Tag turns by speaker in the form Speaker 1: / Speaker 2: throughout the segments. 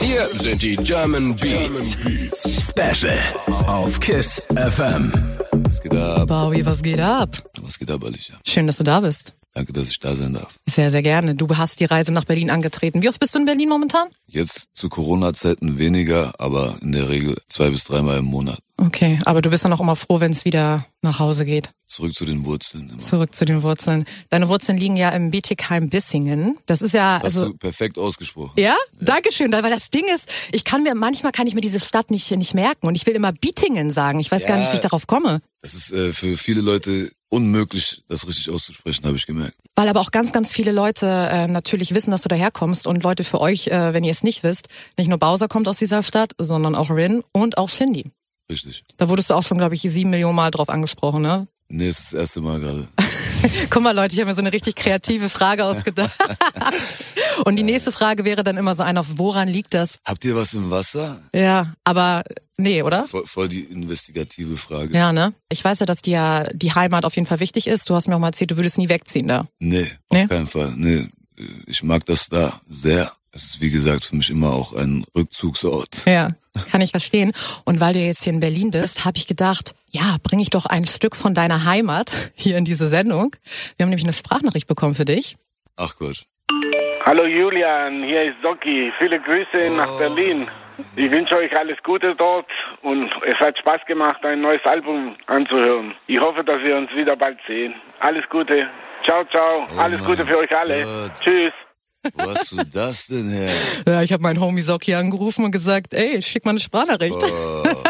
Speaker 1: Hier sind die German Beats. Special auf KISS FM.
Speaker 2: Was geht ab?
Speaker 3: Bowie, was geht ab?
Speaker 2: Was geht ab, Alicia?
Speaker 3: Schön, dass du da bist.
Speaker 2: Danke, dass ich da sein darf.
Speaker 3: Sehr, sehr gerne. Du hast die Reise nach Berlin angetreten. Wie oft bist du in Berlin momentan?
Speaker 2: Jetzt zu Corona-Zeiten weniger, aber in der Regel zwei bis dreimal im Monat.
Speaker 3: Okay, aber du bist dann auch immer froh, wenn es wieder nach Hause geht.
Speaker 2: Zurück zu den Wurzeln. Immer.
Speaker 3: Zurück zu den Wurzeln. Deine Wurzeln liegen ja im Bietigheim-Bissingen. Das ist ja,
Speaker 2: Das hast
Speaker 3: also,
Speaker 2: du perfekt ausgesprochen.
Speaker 3: ja? Dankeschön. Weil das Ding ist, ich kann mir, manchmal kann ich mir diese Stadt nicht, nicht merken. Und ich will immer Bietingen sagen. Ich weiß gar
Speaker 2: Ja.
Speaker 3: nicht, wie ich darauf komme.
Speaker 2: Das ist äh, für viele Leute unmöglich, das richtig auszusprechen, habe ich gemerkt.
Speaker 3: Weil aber auch ganz, ganz viele Leute äh, natürlich wissen, dass du daherkommst. Und Leute für euch, äh, wenn ihr es nicht wisst, nicht nur Bowser kommt aus dieser Stadt, sondern auch Rin und auch Shindy.
Speaker 2: Richtig.
Speaker 3: Da wurdest du auch schon, glaube ich, sieben Millionen Mal drauf angesprochen, ne?
Speaker 2: Nee, ist das erste Mal gerade.
Speaker 3: Guck mal, Leute, ich habe mir so eine richtig kreative Frage ausgedacht. Und die nächste Frage wäre dann immer so ein auf woran liegt das?
Speaker 2: Habt ihr was im Wasser?
Speaker 3: Ja, aber nee, oder?
Speaker 2: Voll, voll die investigative Frage.
Speaker 3: Ja, ne? Ich weiß ja, dass dir ja die Heimat auf jeden Fall wichtig ist. Du hast mir auch mal erzählt, du würdest nie wegziehen da.
Speaker 2: Nee, auf
Speaker 3: Nee?
Speaker 2: keinen Fall. Nee, äh, ich mag das da sehr. Es ist, wie gesagt, für mich immer auch ein Rückzugsort.
Speaker 3: Ja, kann ich verstehen. Und weil du jetzt hier in Berlin bist, habe ich gedacht, ja, bringe ich doch ein Stück von deiner Heimat hier in diese Sendung. Wir haben nämlich eine Sprachnachricht bekommen für dich.
Speaker 2: Ach Gott.
Speaker 4: Hallo Julian, hier ist Doki. Viele Grüße nach Berlin. Ich wünsche euch alles Gute dort und es hat Spaß gemacht, ein neues Album anzuhören. Ich hoffe, dass wir uns wieder bald sehen. Alles Gute. Ciao, ciao. alles
Speaker 2: mein
Speaker 4: Gute für euch alle.
Speaker 2: Gott.
Speaker 4: Tschüss.
Speaker 2: Wo hast du das denn her?
Speaker 3: Ja, ich habe meinen Homie Sock hier angerufen und gesagt, ey, schick mal eine Sprachnachricht.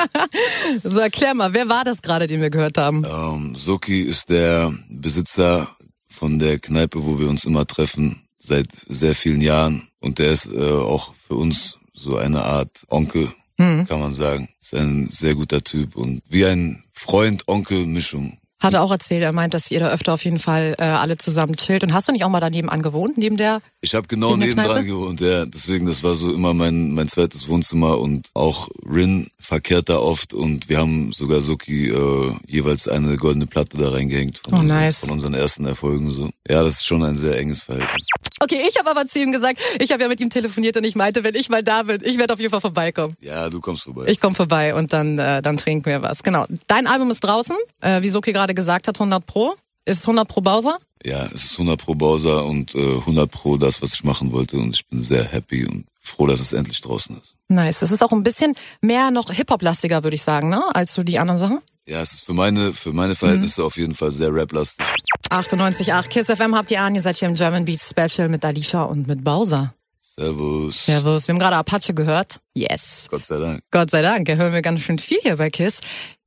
Speaker 3: so, erklär mal, wer war das gerade, den wir gehört haben?
Speaker 2: Ähm, Soki ist der Besitzer von der Kneipe, wo wir uns immer treffen, seit sehr vielen Jahren. Und der ist äh, auch für uns so eine Art Onkel,
Speaker 3: Hm.
Speaker 2: kann man sagen. Ist ein sehr guter Typ und wie ein Freund-Onkel-Mischung.
Speaker 3: Hat er auch erzählt, er meint, dass ihr da öfter auf jeden Fall äh, alle zusammen chillt. Und hast du nicht auch mal daneben angewohnt, neben der?
Speaker 2: Ich habe genau
Speaker 3: In der
Speaker 2: nebendran
Speaker 3: Kneipe?
Speaker 2: gewohnt, ja. Deswegen, das war so immer mein, mein zweites Wohnzimmer und auch Rin verkehrt da oft und wir haben sogar Suki äh, jeweils eine goldene Platte da reingehängt von,
Speaker 3: Oh,
Speaker 2: unseren,
Speaker 3: nice.
Speaker 2: von unseren ersten Erfolgen so. Ja, das ist schon ein sehr enges Verhältnis.
Speaker 3: Okay, ich habe aber zu ihm gesagt, ich habe ja mit ihm telefoniert und ich meinte, wenn ich mal da bin, ich werde auf jeden Fall vorbeikommen.
Speaker 2: Ja, du kommst vorbei.
Speaker 3: Ich komme vorbei und dann, äh, dann trinken wir was. Genau. Dein Album ist draußen, äh, wie Soki gerade gesagt hat, 100 Pro. Ist es 100 Pro Bowser?
Speaker 2: ja, es ist 100 pro Bowser und äh, 100 pro das, was ich machen wollte und ich bin sehr happy und froh, dass es endlich draußen ist.
Speaker 3: Nice. Es ist auch ein bisschen mehr noch Hip-Hop-lastiger, würde ich sagen, ne? Als so die anderen Sachen.
Speaker 2: Ja, es ist für meine, für meine
Speaker 3: Mhm.
Speaker 2: Verhältnisse auf jeden Fall sehr raplastig.
Speaker 3: 98.8 Kiss FM habt ihr an. Ihr seid hier im German Beats Special mit Alicia und mit Bowser.
Speaker 2: Servus.
Speaker 3: Servus. Wir haben gerade Apache gehört. Yes.
Speaker 2: Gott sei Dank.
Speaker 3: Gott sei Dank, hören wir ganz schön viel hier bei KISS.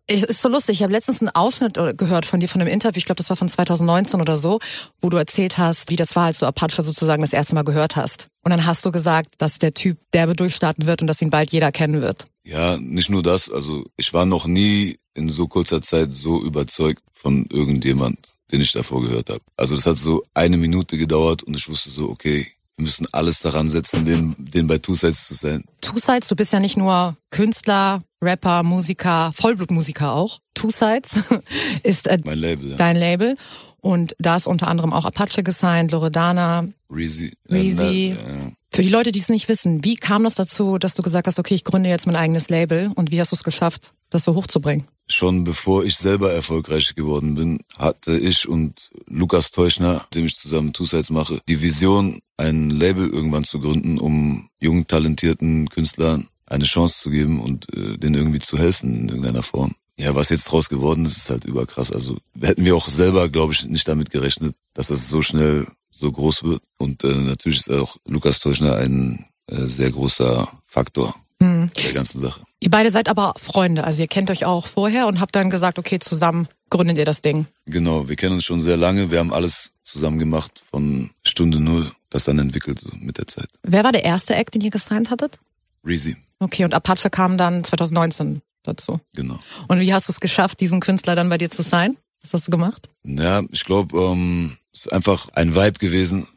Speaker 3: Es ist so lustig, ich habe letztens einen Ausschnitt äh, gehört von dir, von einem Interview, ich glaube, das war von 2019 oder so, wo du erzählt hast, wie das war, als du Apache sozusagen das erste Mal gehört hast. Und dann hast du gesagt, dass der Typ derbe durchstarten wird und dass ihn bald jeder kennen wird.
Speaker 2: Ja, nicht nur das. Also ich war noch nie in so kurzer Zeit so überzeugt von irgendjemand, den ich davor gehört habe. Also das hat so eine Minute gedauert und ich wusste so, okay, wir müssen alles daran setzen, den, den bei Two Sides zu sein.
Speaker 3: Two Sides, du bist ja nicht nur Künstler, Rapper, Musiker, Vollblutmusiker auch. Two Sides ist äh,
Speaker 2: Mein Label, ja.
Speaker 3: dein Label und da ist unter anderem auch Apache gesigned, Loredana,
Speaker 2: Reezy.
Speaker 3: Reezy.
Speaker 2: Ja, Äh, ne, ja.
Speaker 3: Für die Leute, die es nicht wissen, wie kam das dazu, dass du gesagt hast, okay, ich gründe jetzt mein eigenes Label und wie hast du es geschafft, das so hochzubringen?
Speaker 2: Schon bevor ich selber erfolgreich geworden bin, hatte ich und Lukas Teuchner, mit dem ich zusammen Two Sides mache, die Vision, ein Label irgendwann zu gründen, um jungen, talentierten Künstlern eine Chance zu geben und äh, denen irgendwie zu helfen in irgendeiner Form. Ja, was jetzt draus geworden ist, ist halt überkrass. Also hätten wir auch selber, glaube ich, nicht damit gerechnet, dass das so schnell so groß wird. Und äh, natürlich ist auch Lukas Teuchner ein äh, sehr großer Faktor der ganzen Sache.
Speaker 3: Ihr beide seid aber Freunde, also ihr kennt euch auch vorher und habt dann gesagt, okay, zusammen gründet ihr das Ding.
Speaker 2: Genau, wir kennen uns schon sehr lange. Wir haben alles zusammen gemacht von Stunde Null, das dann entwickelt so mit der Zeit.
Speaker 3: Wer war der erste Act, den ihr gesigned hattet?
Speaker 2: Reezy,
Speaker 3: Okay, und Apache kam dann 2019 dazu.
Speaker 2: genau.
Speaker 3: Und wie hast du es geschafft, diesen Künstler dann bei dir zu sein? Was hast du gemacht?
Speaker 2: Ja, ich glaube, ähm, es ist einfach ein Vibe gewesen.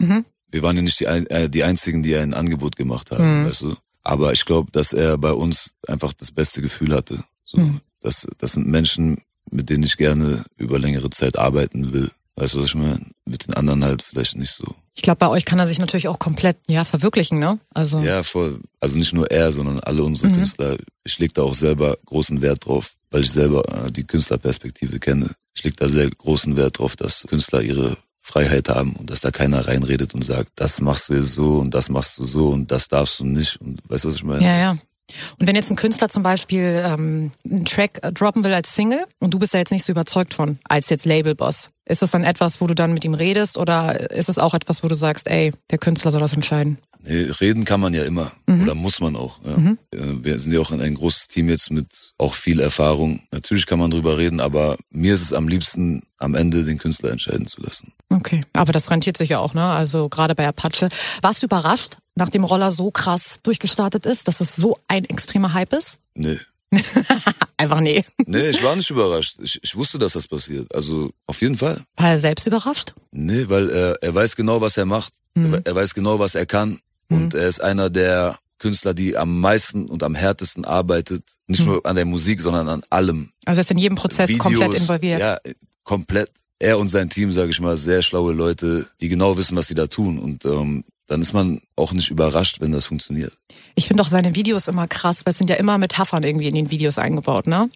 Speaker 2: Wir waren ja nicht die, ein- äh, die Einzigen, die ein Angebot gemacht haben, weißt du. Aber ich glaube, dass er bei uns einfach das beste Gefühl hatte. So, das, das sind Menschen, mit denen ich gerne über längere Zeit arbeiten will. Weißt du, was ich meine? Mit den anderen halt vielleicht nicht so.
Speaker 3: Ich glaube, bei euch kann er sich natürlich auch komplett ja, verwirklichen, ne? Also
Speaker 2: Ja, voll. Also nicht nur er, sondern alle unsere
Speaker 3: Mhm.
Speaker 2: Künstler. Ich leg da auch selber großen Wert drauf, weil ich selber äh, die Künstlerperspektive kenne. Ich leg da sehr großen Wert drauf, dass Künstler ihre Freiheit haben und dass da keiner reinredet und sagt, das machst du jetzt so und das machst du so und das darfst du nicht. Und weißt du, was ich meine?
Speaker 3: Ja, ja. Und wenn jetzt ein Künstler zum Beispiel ähm, einen Track äh, droppen will als Single und du bist da jetzt nicht so überzeugt von, als jetzt Labelboss, ist das dann etwas, wo du dann mit ihm redest oder ist es auch etwas, wo du sagst, ey, der Künstler soll das entscheiden?
Speaker 2: Nee, reden kann man ja immer
Speaker 3: Mhm.
Speaker 2: oder muss man auch. Ja. Äh, Wir sind ja auch ein, ein großes Team jetzt mit auch viel Erfahrung. Natürlich kann man drüber reden, aber mir ist es am liebsten, am Ende den Künstler entscheiden zu lassen.
Speaker 3: Okay, aber das rentiert sich ja auch, ne? Also gerade bei Apache. Warst du überrascht, nachdem Roller so krass durchgestartet ist, dass es so ein extremer Hype ist?
Speaker 2: Nee.
Speaker 3: Einfach nee.
Speaker 2: Nee, ich war nicht überrascht. Ich, ich wusste, dass das passiert. Also auf jeden Fall.
Speaker 3: War er selbst überrascht?
Speaker 2: Nee, weil äh, er weiß genau, was er macht.
Speaker 3: Mhm.
Speaker 2: Er, er weiß genau, was er kann. Und er ist einer der Künstler, die am meisten und am härtesten arbeitet. Nicht
Speaker 3: Mhm.
Speaker 2: nur an der Musik, sondern an allem.
Speaker 3: Also er ist in jedem Prozess komplett involviert.
Speaker 2: Ja, komplett. Er und sein Team, sage ich mal, sehr schlaue Leute, die genau wissen, was sie da tun. Und ähm, dann ist man auch nicht überrascht, wenn das funktioniert.
Speaker 3: Ich finde auch seine Videos immer krass, weil es sind ja immer Metaphern irgendwie in den Videos eingebaut, ne?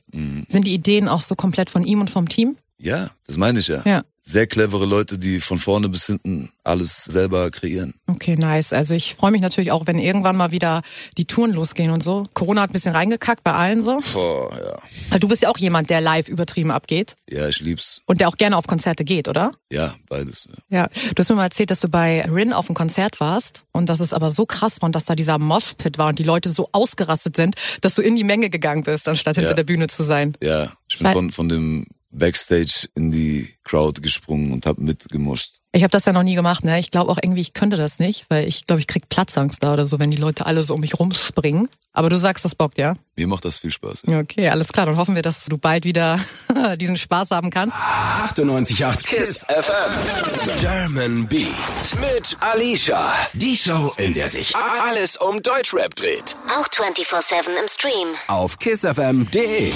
Speaker 3: Sind die Ideen auch so komplett von ihm und vom Team?
Speaker 2: Ja, das meine ich ja.
Speaker 3: Ja.
Speaker 2: Sehr clevere Leute, die von vorne bis hinten alles selber kreieren.
Speaker 3: Okay, nice. Also ich freue mich natürlich auch, wenn irgendwann mal wieder die Touren losgehen und so. Corona hat ein bisschen reingekackt bei allen so.
Speaker 2: Boah, ja.
Speaker 3: Weil du bist ja auch jemand, der live übertrieben abgeht
Speaker 2: Ja, ich lieb's.
Speaker 3: und der auch gerne auf Konzerte geht, oder?
Speaker 2: Ja, beides. Ja.
Speaker 3: Ja. Du hast mir mal erzählt, dass du bei Rin auf einem Konzert warst und dass es aber so krass war und dass da dieser Moshpit war und die Leute so ausgerastet sind, dass du in die Menge gegangen bist, anstatt hinter
Speaker 2: Ja.
Speaker 3: der Bühne zu sein.
Speaker 2: Ja, ich bin
Speaker 3: Weil-
Speaker 2: von, von dem Backstage in die Crowd gesprungen und hab mitgemuscht.
Speaker 3: Ich habe das ja noch nie gemacht, ne? Ich glaube auch irgendwie, ich könnte das nicht, weil ich glaube, ich krieg Platzangst da oder so, wenn die Leute alle so um mich rumspringen. Aber du sagst, das bockt, ja?
Speaker 2: Mir macht das viel Spaß. Ja.
Speaker 3: Ja, Okay, alles klar. Dann hoffen wir, dass du bald wieder diesen Spaß haben kannst.
Speaker 1: 98.8 Kiss FM. German Beats mit Alicia. Die Show, in der sich a- alles um Deutschrap dreht.
Speaker 5: Auch 24-7 im Stream.
Speaker 1: Auf kissfm.de.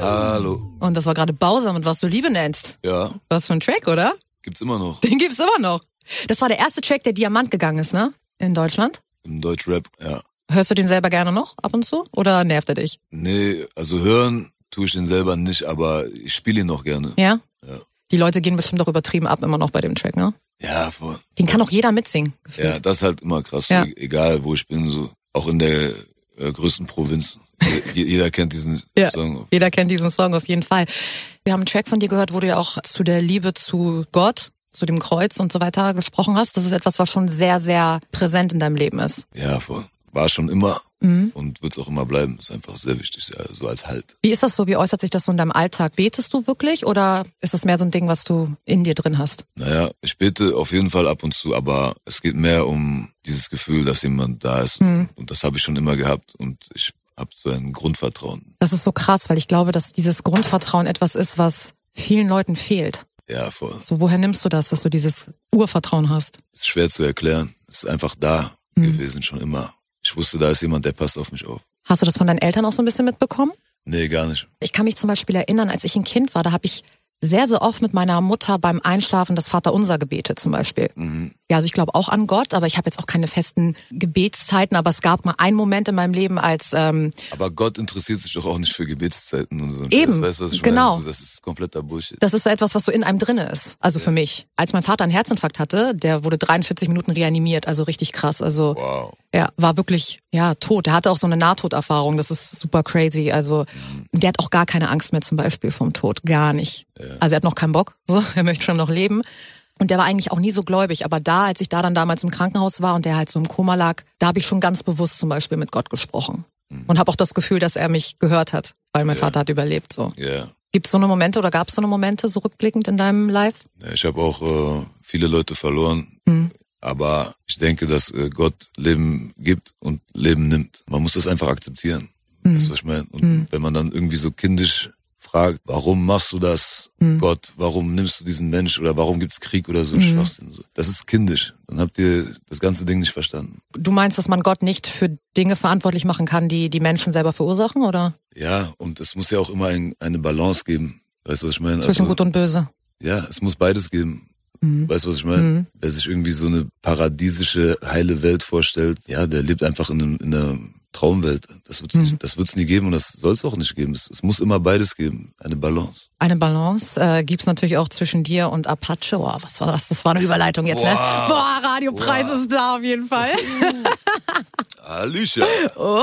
Speaker 2: Hallo.
Speaker 3: Und das war gerade Bausam und was du Liebe nennst.
Speaker 2: Ja,
Speaker 3: Was für ein Track, oder?
Speaker 2: gibt's immer noch
Speaker 3: Den gibt's immer noch. Das war der erste Track, der Diamant gegangen ist, ne? In Deutschland.
Speaker 2: im Deutschrap. Ja.
Speaker 3: Hörst du den selber gerne noch ab und zu? Oder nervt er dich?
Speaker 2: Nee, also hören tue ich den selber nicht, aber ich spiele ihn noch gerne.
Speaker 3: Ja?
Speaker 2: Ja.
Speaker 3: Die Leute gehen bestimmt auch übertrieben ab immer noch bei dem Track, ne?
Speaker 2: Ja, voll.
Speaker 3: Den kann auch jeder mitsingen. gefühlt.
Speaker 2: Ja, das ist halt immer krass.
Speaker 3: Ja.
Speaker 2: E egal, wo ich bin, so. Auch in der äh, größten Provinz. Je jeder kennt diesen
Speaker 3: Ja,
Speaker 2: Song.
Speaker 3: jeder kennt diesen Song auf jeden Fall. Wir haben einen Track von dir gehört, wo du ja auch zu der Liebe zu Gott, zu dem Kreuz und so weiter gesprochen hast. Das ist etwas, was schon sehr, sehr präsent in deinem Leben ist.
Speaker 2: Ja, voll. War schon immer
Speaker 3: Mhm.
Speaker 2: und wird's auch immer bleiben. Ist einfach sehr wichtig, ja, so als Halt.
Speaker 3: Wie ist das so? Wie äußert sich das so in deinem Alltag? Betest du wirklich oder ist das mehr so ein Ding, was du in dir drin hast?
Speaker 2: Naja, ich bete auf jeden Fall ab und zu, aber es geht mehr um dieses Gefühl, dass jemand da ist.
Speaker 3: Hm.
Speaker 2: Und das habe ich schon immer gehabt und ich habe so ein Grundvertrauen.
Speaker 3: Das ist so krass, weil ich glaube, dass dieses Grundvertrauen etwas ist, was vielen Leuten fehlt.
Speaker 2: Ja, voll.
Speaker 3: So, woher nimmst du das, dass du dieses Urvertrauen hast?
Speaker 2: ist schwer zu erklären. Es ist einfach da
Speaker 3: Hm.
Speaker 2: gewesen schon immer. Ich wusste, da ist jemand, der passt auf mich auf.
Speaker 3: Hast du das von deinen Eltern auch so ein bisschen mitbekommen?
Speaker 2: Nee, gar nicht.
Speaker 3: Ich kann mich zum Beispiel erinnern, als ich ein Kind war, da habe ich sehr, sehr oft mit meiner Mutter beim Einschlafen das Vaterunser gebetet zum Beispiel. Ja, also ich glaube auch an Gott, aber ich habe jetzt auch keine festen Gebetszeiten. Aber es gab mal einen Moment in meinem Leben, als ähm,
Speaker 2: Aber Gott interessiert sich doch auch nicht für Gebetszeiten und so.
Speaker 3: Eben,
Speaker 2: Das weißt du, was ich
Speaker 3: genau.
Speaker 2: meine? Also, Das ist kompletter Bullshit.
Speaker 3: das ist so etwas, was so in einem drinne ist. Also für mich. Als mein Vater einen Herzinfarkt hatte, der wurde 43 Minuten reanimiert, also richtig krass. Also
Speaker 2: Wow.
Speaker 3: er war wirklich ja tot. Er hatte auch so eine Nahtoderfahrung. Das ist super crazy. Also der hat auch gar keine Angst mehr zum Beispiel vom Tod, gar nicht. Also er hat noch keinen Bock. So, er möchte schon noch leben. Und der war eigentlich auch nie so gläubig. Aber da, als ich da dann damals im Krankenhaus war und der halt so im Koma lag, da habe ich schon ganz bewusst zum Beispiel mit Gott gesprochen und habe auch das Gefühl, dass er mich gehört hat, weil mein Vater hat überlebt. So
Speaker 2: Ja.
Speaker 3: gibt es so eine Momente oder gab es so eine Momente so rückblickend in deinem Life?
Speaker 2: Ja, Ich habe auch äh, viele Leute verloren. Aber ich denke, dass äh, Gott Leben gibt und Leben nimmt. Man muss das einfach akzeptieren. Weißt du, was ich meine? Und wenn man dann irgendwie so kindisch fragt, warum machst du das, Gott, warum nimmst du diesen Mensch oder warum gibt's Krieg oder so Schwachsinn. So. Das ist kindisch. Dann habt ihr das ganze Ding nicht verstanden.
Speaker 3: Du meinst, dass man Gott nicht für Dinge verantwortlich machen kann, die die Menschen selber verursachen oder
Speaker 2: Also Ja, und es muss ja auch immer ein, eine Balance geben. Weißt du, was ich meine? Also,
Speaker 3: zwischen Gut und Böse?
Speaker 2: ja, es muss beides geben.
Speaker 3: Mhm.
Speaker 2: Weißt du, was ich meine? Wer sich irgendwie so eine paradiesische, heile Welt vorstellt, ja, der lebt einfach in, einem, in einer Traumwelt. Das wird's
Speaker 3: Mhm.
Speaker 2: das wird's nie geben und das soll's auch nicht geben. Es, es muss immer beides geben, eine Balance.
Speaker 3: Eine Balance äh, gibt's natürlich auch zwischen dir und Apache. Boah, was war das? Das war eine Überleitung jetzt, ne? Boah, Radiopreis ist da auf jeden Fall.
Speaker 2: Alicia.
Speaker 3: Oh.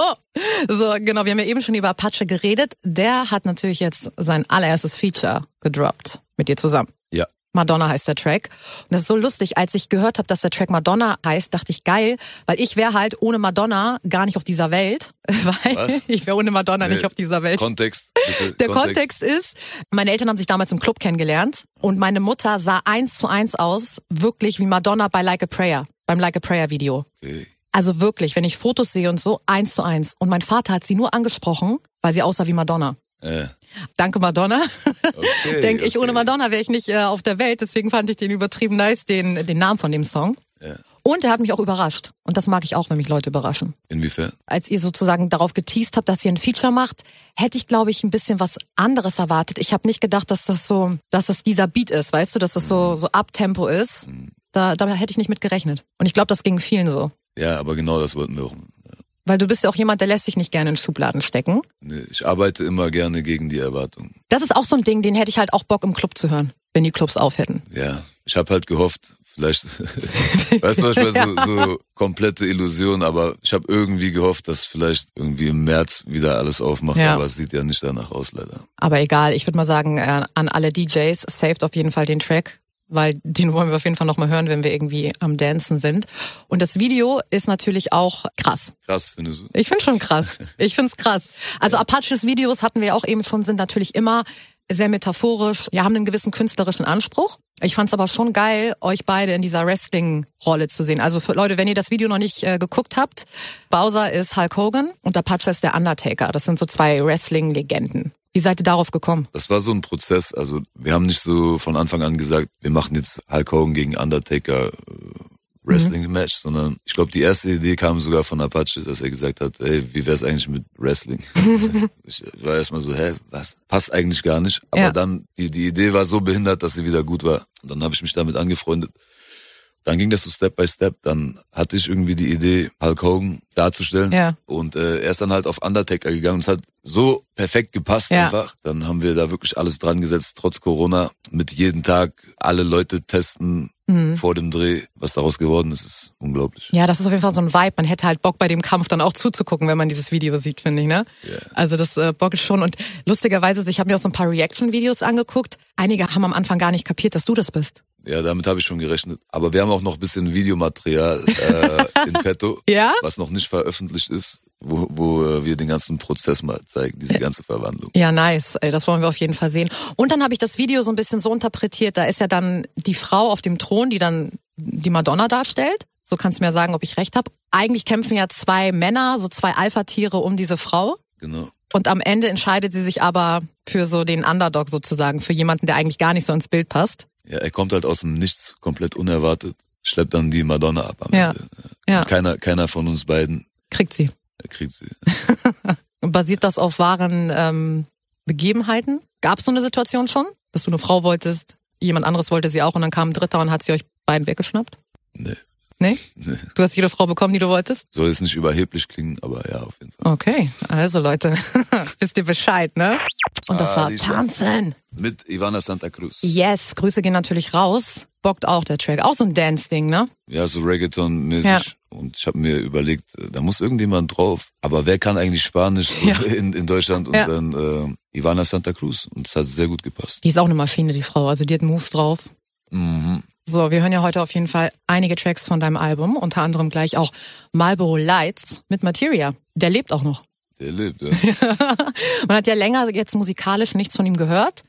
Speaker 3: So, genau, wir haben ja eben schon über Apache geredet. Der hat natürlich jetzt sein allererstes Feature gedroppt mit dir zusammen.
Speaker 2: Ja.
Speaker 3: Madonna heißt der Track. Und das ist so lustig, als ich gehört habe, dass der Track Madonna heißt, dachte ich geil, weil ich wäre halt ohne Madonna gar nicht auf dieser Welt, weil
Speaker 2: Was?
Speaker 3: ich wäre ohne Madonna nicht
Speaker 2: Nee.
Speaker 3: auf dieser Welt.
Speaker 2: Äh, Kontext. Bitte.
Speaker 3: Der Kontext. ist, meine Eltern haben sich damals im Club kennengelernt und meine Mutter sah eins zu eins aus, wirklich wie Madonna bei Like a Prayer, beim Like a Prayer Video.
Speaker 2: Okay.
Speaker 3: Also wirklich, wenn ich Fotos sehe und so, eins zu eins. Und mein Vater hat sie nur angesprochen, weil sie aussah wie Madonna.
Speaker 2: Äh,
Speaker 3: Danke Madonna.
Speaker 2: Okay,
Speaker 3: Denke ich, ohne
Speaker 2: okay.
Speaker 3: Madonna wäre ich nicht äh, auf der Welt. Deswegen fand ich den übertrieben nice, den, den Namen von dem Song.
Speaker 2: Ja.
Speaker 3: Und er hat mich auch überrascht. Und das mag ich auch, wenn mich Leute überraschen
Speaker 2: inwiefern?
Speaker 3: als ihr sozusagen darauf geteased habt, dass ihr ein Feature macht, hätte ich, glaube ich, ein bisschen was anderes erwartet. Ich habe nicht gedacht, dass das so, dass das dieser Beat ist, weißt du, dass das so, so Abtempo ist. Da, da hätte ich nicht mit gerechnet. Und ich glaube, das ging vielen so.
Speaker 2: Ja, aber genau das wollten wir auch.
Speaker 3: Weil du bist ja auch jemand, der lässt sich nicht gerne in Schubladen stecken.
Speaker 2: Nee, ich arbeite immer gerne gegen die Erwartungen.
Speaker 3: Das ist auch so ein Ding, den hätte ich halt auch Bock im Club zu hören, wenn die Clubs auf hätten.
Speaker 2: Ja, ich habe halt gehofft, vielleicht, weißt du, manchmal so, so komplette Illusion, aber ich habe irgendwie gehofft, dass vielleicht irgendwie im März wieder alles aufmacht,
Speaker 3: Ja.
Speaker 2: aber es sieht ja nicht danach aus, leider.
Speaker 3: Aber egal, ich würde mal sagen, äh, an alle DJs, saved auf jeden Fall den Track, weil den wollen wir auf jeden Fall nochmal hören, wenn wir irgendwie am Dancen sind. Und das Video ist natürlich auch krass.
Speaker 2: Krass, findest du?
Speaker 3: Ich finde schon krass. Ich finde es krass. Also Apaches Videos hatten wir ja auch eben schon, sind natürlich immer sehr metaphorisch, ja, haben einen gewissen künstlerischen Anspruch. Ich fand es aber schon geil, euch beide in dieser Wrestling-Rolle zu sehen. Also für Leute, wenn ihr das Video noch nicht äh, geguckt habt, Bowser ist Hulk Hogan und Apache ist der Undertaker. Das sind so zwei Wrestling-Legenden. Wie seid ihr darauf gekommen?
Speaker 2: Das war so ein Prozess. Also wir haben nicht so von Anfang an gesagt, wir machen jetzt Hulk Hogan gegen Undertaker äh,
Speaker 3: Mhm.
Speaker 2: Wrestling-Match, sondern ich glaube, die erste Idee kam sogar von Apache, dass er gesagt hat, ey, wie wär's eigentlich mit Wrestling? ich war erstmal so, hä, was? Passt eigentlich gar nicht. Aber
Speaker 3: Ja.
Speaker 2: dann, die, die Idee war so behindert, dass sie wieder gut war. Und dann habe ich mich damit angefreundet. Dann ging das so Step by Step. Dann hatte ich irgendwie die Idee, Hulk Hogan darzustellen.
Speaker 3: Ja.
Speaker 2: Und äh, er ist dann halt auf Undertaker gegangen und es hat so perfekt gepasst
Speaker 3: Ja.
Speaker 2: einfach. Dann haben wir da wirklich alles dran gesetzt, trotz Corona, mit jeden Tag alle Leute testen
Speaker 3: Mhm.
Speaker 2: vor dem Dreh. Was daraus geworden ist, ist unglaublich.
Speaker 3: Ja, das ist auf jeden Fall so ein Vibe. Man hätte halt Bock bei dem Kampf dann auch zuzugucken, wenn man dieses Video sieht, finde ich, ne? Also das äh, Bock ist schon. Und lustigerweise, ich habe mir auch so ein paar Reaction-Videos angeguckt. Einige haben am Anfang gar nicht kapiert, dass du das bist.
Speaker 2: Ja, damit habe ich schon gerechnet. Aber wir haben auch noch ein bisschen Videomaterial äh, in petto,
Speaker 3: Ja?
Speaker 2: was noch nicht veröffentlicht ist, wo, wo äh, wir den ganzen Prozess mal zeigen, diese ganze Verwandlung.
Speaker 3: Ja, nice. Ey, das wollen wir auf jeden Fall sehen. Und dann habe ich das Video so ein bisschen so interpretiert. Da ist ja dann die Frau auf dem Thron, die dann die Madonna darstellt. So kannst du mir sagen, ob ich recht habe. Eigentlich kämpfen ja zwei Männer, so zwei Alpha-Tiere um diese Frau.
Speaker 2: Genau.
Speaker 3: Und am Ende entscheidet sie sich aber für so den Underdog sozusagen, für jemanden, der eigentlich gar nicht so ins Bild passt.
Speaker 2: Ja, er kommt halt aus dem Nichts, komplett unerwartet, schleppt dann die Madonna ab am
Speaker 3: Ja.
Speaker 2: Ende.
Speaker 3: Ja.
Speaker 2: Und keiner, keiner von uns beiden
Speaker 3: Kriegt sie.
Speaker 2: kriegt sie.
Speaker 3: Basiert das auf wahren ähm, Begebenheiten? Gab es so eine Situation schon, dass du eine Frau wolltest, jemand anderes wollte sie auch und dann kam ein Dritter und hat sie euch beiden weggeschnappt?
Speaker 2: Nee.
Speaker 3: Nee?
Speaker 2: Nee.
Speaker 3: Du hast jede Frau bekommen, die du wolltest?
Speaker 2: Soll jetzt nicht überheblich klingen, aber ja, auf jeden Fall.
Speaker 3: Okay, also Leute, wisst ihr Bescheid, ne? Und das
Speaker 2: Ah,
Speaker 3: war
Speaker 2: die ist-
Speaker 3: Tanzen.
Speaker 2: Mit Ivana Santa Cruz.
Speaker 3: Yes, Grüße gehen natürlich raus. Bockt auch der Track. Auch so ein Dance-Ding, ne?
Speaker 2: Ja, so Reggaeton-mäßig.
Speaker 3: Ja.
Speaker 2: Und ich habe mir überlegt, äh, da muss irgendjemand drauf. Aber wer kann eigentlich Spanisch so
Speaker 3: Ja.
Speaker 2: in, in Deutschland? Und
Speaker 3: Ja.
Speaker 2: dann äh, Ivana Santa Cruz. Und es hat sehr gut gepasst.
Speaker 3: Die ist auch eine Maschine, die Frau. Also die hat Moves drauf. So, wir hören ja heute auf jeden Fall einige Tracks von deinem Album. Unter anderem gleich auch Marlboro Lights mit Materia. Der lebt auch noch.
Speaker 2: Der lebt, ja.
Speaker 3: Man hat ja länger jetzt musikalisch nichts von ihm gehört.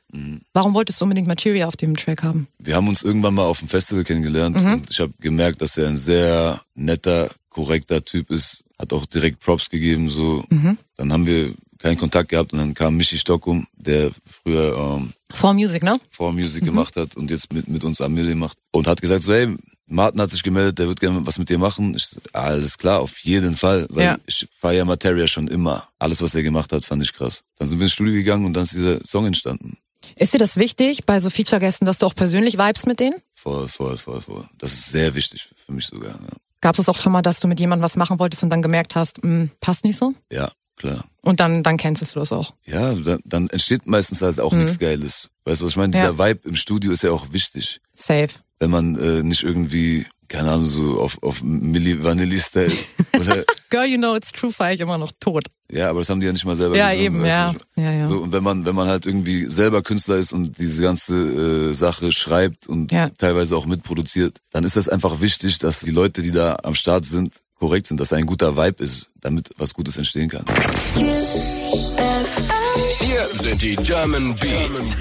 Speaker 3: Warum wolltest du unbedingt Materia auf dem Track haben?
Speaker 2: Wir haben uns irgendwann mal auf dem Festival kennengelernt
Speaker 3: Mhm.
Speaker 2: und ich habe gemerkt, dass er ein sehr netter, korrekter Typ ist. Hat auch direkt Props gegeben. So,
Speaker 3: Mhm.
Speaker 2: dann haben wir keinen Kontakt gehabt und dann kam Michi Stockholm, der früher ähm,
Speaker 3: For Music, ne?
Speaker 2: vor Music gemacht hat und jetzt mit, mit uns Amelie macht und hat gesagt so, hey, Martin hat sich gemeldet, der wird gerne was mit dir machen. Ich, so, alles klar, auf jeden Fall, weil
Speaker 3: Ja.
Speaker 2: ich feiere Materia schon immer. Alles, was er gemacht hat, fand ich krass. Dann sind wir ins Studio gegangen und dann ist dieser Song entstanden.
Speaker 3: Ist dir das wichtig bei so Feature-Gästen, dass du auch persönlich vibes mit denen?
Speaker 2: Voll, voll, voll, voll. Das ist sehr wichtig für mich sogar. Ja,
Speaker 3: Gab es auch schon mal, dass du mit jemandem was machen wolltest und dann gemerkt hast, hm, passt nicht so?
Speaker 2: ja klar.
Speaker 3: Und dann, dann cancelst du das auch.
Speaker 2: Ja, dann, dann entsteht meistens halt auch nichts Geiles. Weißt du, was ich meine?
Speaker 3: Mhm. Ja.
Speaker 2: Dieser Vibe im Studio ist ja auch wichtig.
Speaker 3: Safe.
Speaker 2: Wenn man äh, nicht irgendwie, keine Ahnung, so auf, auf Milli Vanilli-Style oder
Speaker 3: Girl, you know it's true, fahre ich immer noch tot.
Speaker 2: Ja, aber das haben die ja nicht mal selber
Speaker 3: Ja,
Speaker 2: gesungen,
Speaker 3: eben,
Speaker 2: weißt
Speaker 3: ja.
Speaker 2: du?
Speaker 3: Ja, ja.
Speaker 2: So, und wenn man, wenn man halt irgendwie selber Künstler ist und diese ganze äh, Sache schreibt und
Speaker 3: Ja.
Speaker 2: teilweise auch mitproduziert, dann ist das einfach wichtig, dass die Leute, die da am Start sind, korrekt sind, dass ein guter Vibe ist, damit was Gutes entstehen kann.
Speaker 1: Hier sind die German Beats.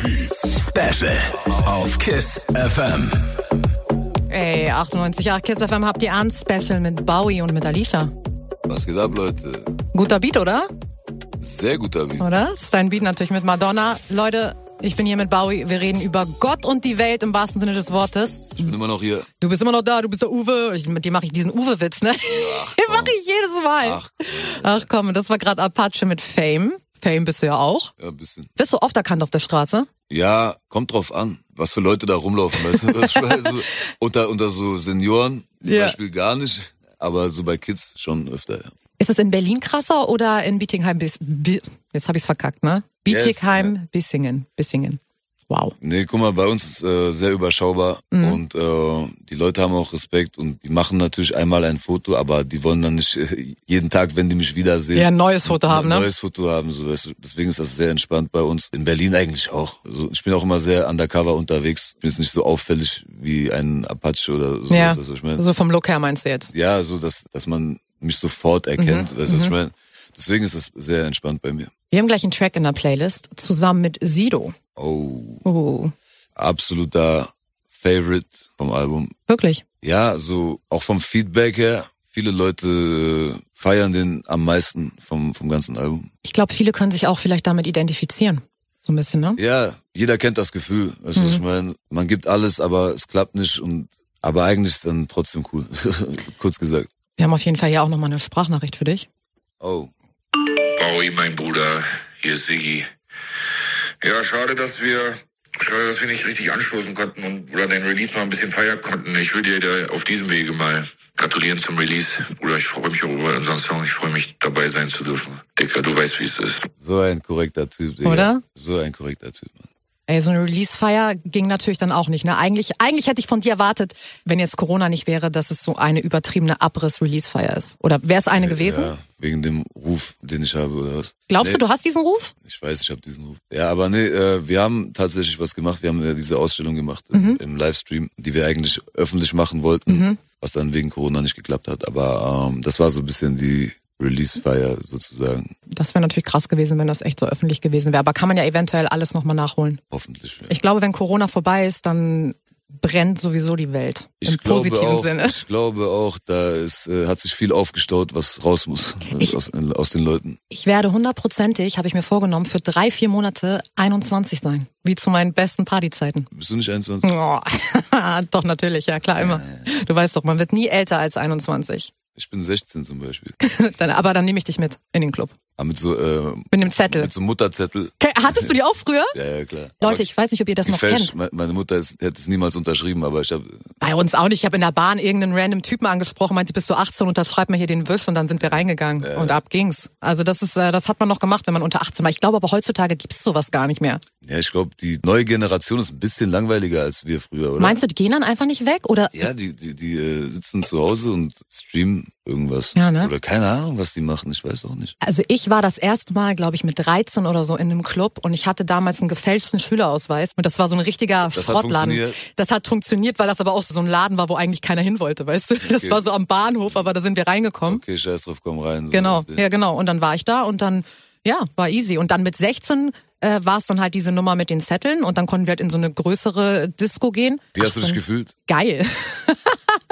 Speaker 1: Special auf KISS FM.
Speaker 3: Ey, 98,8 Kids FM habt ihr an. Special mit Bowie und mit Alicia.
Speaker 2: Was geht ab, Leute?
Speaker 3: Guter Beat, oder?
Speaker 2: Sehr guter Beat.
Speaker 3: Oder? Stein Beat natürlich mit Madonna. Leute, ich bin hier mit Bowie. Wir reden über Gott und die Welt im wahrsten Sinne des Wortes.
Speaker 2: Ich bin immer noch hier.
Speaker 3: Du bist immer noch da, du bist der Uwe. Ich, mit dir mache ich diesen Uwe-Witz, ne? Den mache ich jedes Mal.
Speaker 2: Ach,
Speaker 3: Ach komm, das war gerade Apache mit Fame. Fame bist du ja auch.
Speaker 2: ja, ein bisschen.
Speaker 3: Bist du oft erkannt auf der Straße?
Speaker 2: Ja, kommt drauf an, was für Leute da rumlaufen. Weißt du, was ich meine? so, unter, unter so Senioren zum
Speaker 3: Ja.
Speaker 2: Beispiel gar nicht, aber so bei Kids schon öfter, ja.
Speaker 3: Ist es in Berlin krasser oder in Bietigheim bis Bi jetzt habe ich's verkackt, ne?
Speaker 2: Yes,
Speaker 3: Bietigheim Bissingen, Bissingen. Wow.
Speaker 2: Nee, guck mal, bei uns ist äh, sehr überschaubar
Speaker 3: Mhm.
Speaker 2: und äh, die Leute haben auch Respekt und die machen natürlich einmal ein Foto, aber die wollen dann nicht äh, jeden Tag, wenn die mich wiedersehen,
Speaker 3: Ja, ein neues Foto haben,
Speaker 2: ein
Speaker 3: ne?
Speaker 2: neues Foto haben. So, weißt du. Deswegen ist das sehr entspannt bei uns. In Berlin eigentlich auch. Also, ich bin auch immer sehr undercover unterwegs. Ich bin jetzt nicht so auffällig wie ein Apache oder so.
Speaker 3: Ja.
Speaker 2: weißt du, was ich meine?
Speaker 3: So vom Look her meinst du jetzt.
Speaker 2: ja, so dass, dass man mich sofort erkennt.
Speaker 3: Mhm.
Speaker 2: Weißt du, was ich meine? Deswegen ist das sehr entspannt bei mir.
Speaker 3: Wir haben gleich einen Track in der Playlist zusammen mit Sido.
Speaker 2: Oh,
Speaker 3: Oh,
Speaker 2: absoluter Favorite vom Album.
Speaker 3: wirklich.
Speaker 2: Ja, so auch vom Feedback her, viele Leute äh, feiern den am meisten vom, vom ganzen Album.
Speaker 3: Ich glaube, viele können sich auch vielleicht damit identifizieren. So ein bisschen, ne?
Speaker 2: Ja, jeder kennt das Gefühl. Weißt du, was ich
Speaker 3: Mhm.
Speaker 2: meine? Man gibt alles, aber es klappt nicht und aber eigentlich ist dann trotzdem cool. Kurz gesagt.
Speaker 3: Wir haben auf jeden Fall ja auch nochmal eine Sprachnachricht für dich.
Speaker 2: Oh.
Speaker 6: Bowie, mein Bruder, hier ist Siggi. Ja, schade, dass wir, schade, dass wir nicht richtig anstoßen konnten und oder den Release mal ein bisschen feiern konnten. Ich will dir da auf diesem Wege mal gratulieren zum Release. Bruder, ich freue mich auch über unseren Song. Ich freue mich, dabei sein zu dürfen. Dicker, du weißt, wie es ist.
Speaker 2: So ein korrekter Typ, Digga.
Speaker 3: Oder?
Speaker 2: So ein korrekter Typ, Mann.
Speaker 3: Ey, so eine Release-Feier ging natürlich dann auch nicht. Ne? Eigentlich, eigentlich hätte ich von dir erwartet, wenn jetzt Corona nicht wäre, dass es so eine übertriebene Abriss-Release-Feier ist. Oder wäre es eine gewesen?
Speaker 2: Ja, wegen dem Ruf, den ich habe, oder was?
Speaker 3: Glaubst
Speaker 2: Nee.
Speaker 3: du, du hast diesen Ruf?
Speaker 2: Ich weiß, ich habe diesen Ruf. Ja, aber nee, äh, wir haben tatsächlich was gemacht. Wir haben äh, diese Ausstellung gemacht im-
Speaker 3: Mhm.
Speaker 2: im Livestream, die wir eigentlich öffentlich machen wollten, was dann wegen Corona nicht geklappt hat. Aber ähm, das war so ein bisschen die Release-Feier sozusagen.
Speaker 3: Das wäre natürlich krass gewesen, wenn das echt so öffentlich gewesen wäre. Aber kann man ja eventuell alles nochmal nachholen.
Speaker 2: Hoffentlich. Ja.
Speaker 3: Ich glaube, wenn Corona vorbei ist, dann brennt sowieso die Welt. Im positiven
Speaker 2: auch,
Speaker 3: Sinne.
Speaker 2: ich glaube auch, da ist, äh, hat sich viel aufgestaut, was raus muss äh,
Speaker 3: Ich-
Speaker 2: aus, aus den Leuten.
Speaker 3: Ich werde hundertprozentig, habe ich mir vorgenommen, für drei, vier Monate 21 sein. Wie zu meinen besten Partyzeiten.
Speaker 2: Bist du nicht 21?
Speaker 3: Oh, doch, natürlich, ja klar, immer. Du weißt doch, man wird nie älter als 21.
Speaker 2: Ich bin 16 zum Beispiel.
Speaker 3: Dann, aber dann nehme ich dich mit in den Club.
Speaker 2: Aber mit so, äh,
Speaker 3: Mit dem Zettel.
Speaker 2: mit so Mutterzettel.
Speaker 3: Okay, hattest du die auch früher?
Speaker 2: Ja, ja, klar.
Speaker 3: Leute, ich weiß nicht, ob ihr das noch
Speaker 2: Gefälscht.
Speaker 3: kennt.
Speaker 2: Me- Meine Mutter ist, hätte es niemals unterschrieben, aber ich habe
Speaker 3: Bei uns auch nicht. Ich habe in der Bahn irgendeinen random Typen angesprochen, meinte, bist du 18, unterschreib mir hier den Wisch und dann sind wir reingegangen.
Speaker 2: Äh.
Speaker 3: Und ab ging's. Also das ist, äh, das hat man noch gemacht, wenn man unter 18 war. Ich glaube aber heutzutage gibt's sowas gar nicht mehr.
Speaker 2: Ja, ich glaube, die neue Generation ist ein bisschen langweiliger als wir früher, oder?
Speaker 3: Meinst du, die gehen dann einfach nicht weg? Oder
Speaker 2: ja, die, die, die äh, sitzen zu Hause und streamen irgendwas.
Speaker 3: Ja, ne?
Speaker 2: Oder keine Ahnung, was die machen, ich weiß auch nicht.
Speaker 3: Also ich war das erste Mal, glaube ich, mit 13 oder so in einem Club und ich hatte damals einen gefälschten Schülerausweis und das war so ein richtiger
Speaker 2: hat
Speaker 3: Schrottladen.
Speaker 2: funktioniert.
Speaker 3: das hat funktioniert, weil das aber auch so ein Laden war, wo eigentlich keiner hin wollte, weißt du? Das
Speaker 2: Okay.
Speaker 3: war so am Bahnhof, aber da sind wir reingekommen.
Speaker 2: Okay, scheiß drauf, komm rein. So
Speaker 3: Genau,
Speaker 2: auf den-
Speaker 3: ja genau. Und dann war ich da und dann, ja, war easy. Und dann mit 16 äh, war es dann halt diese Nummer mit den Zetteln und dann konnten wir halt in so eine größere Disco gehen.
Speaker 2: Wie hast du dich
Speaker 3: 18.
Speaker 2: gefühlt?
Speaker 3: Geil.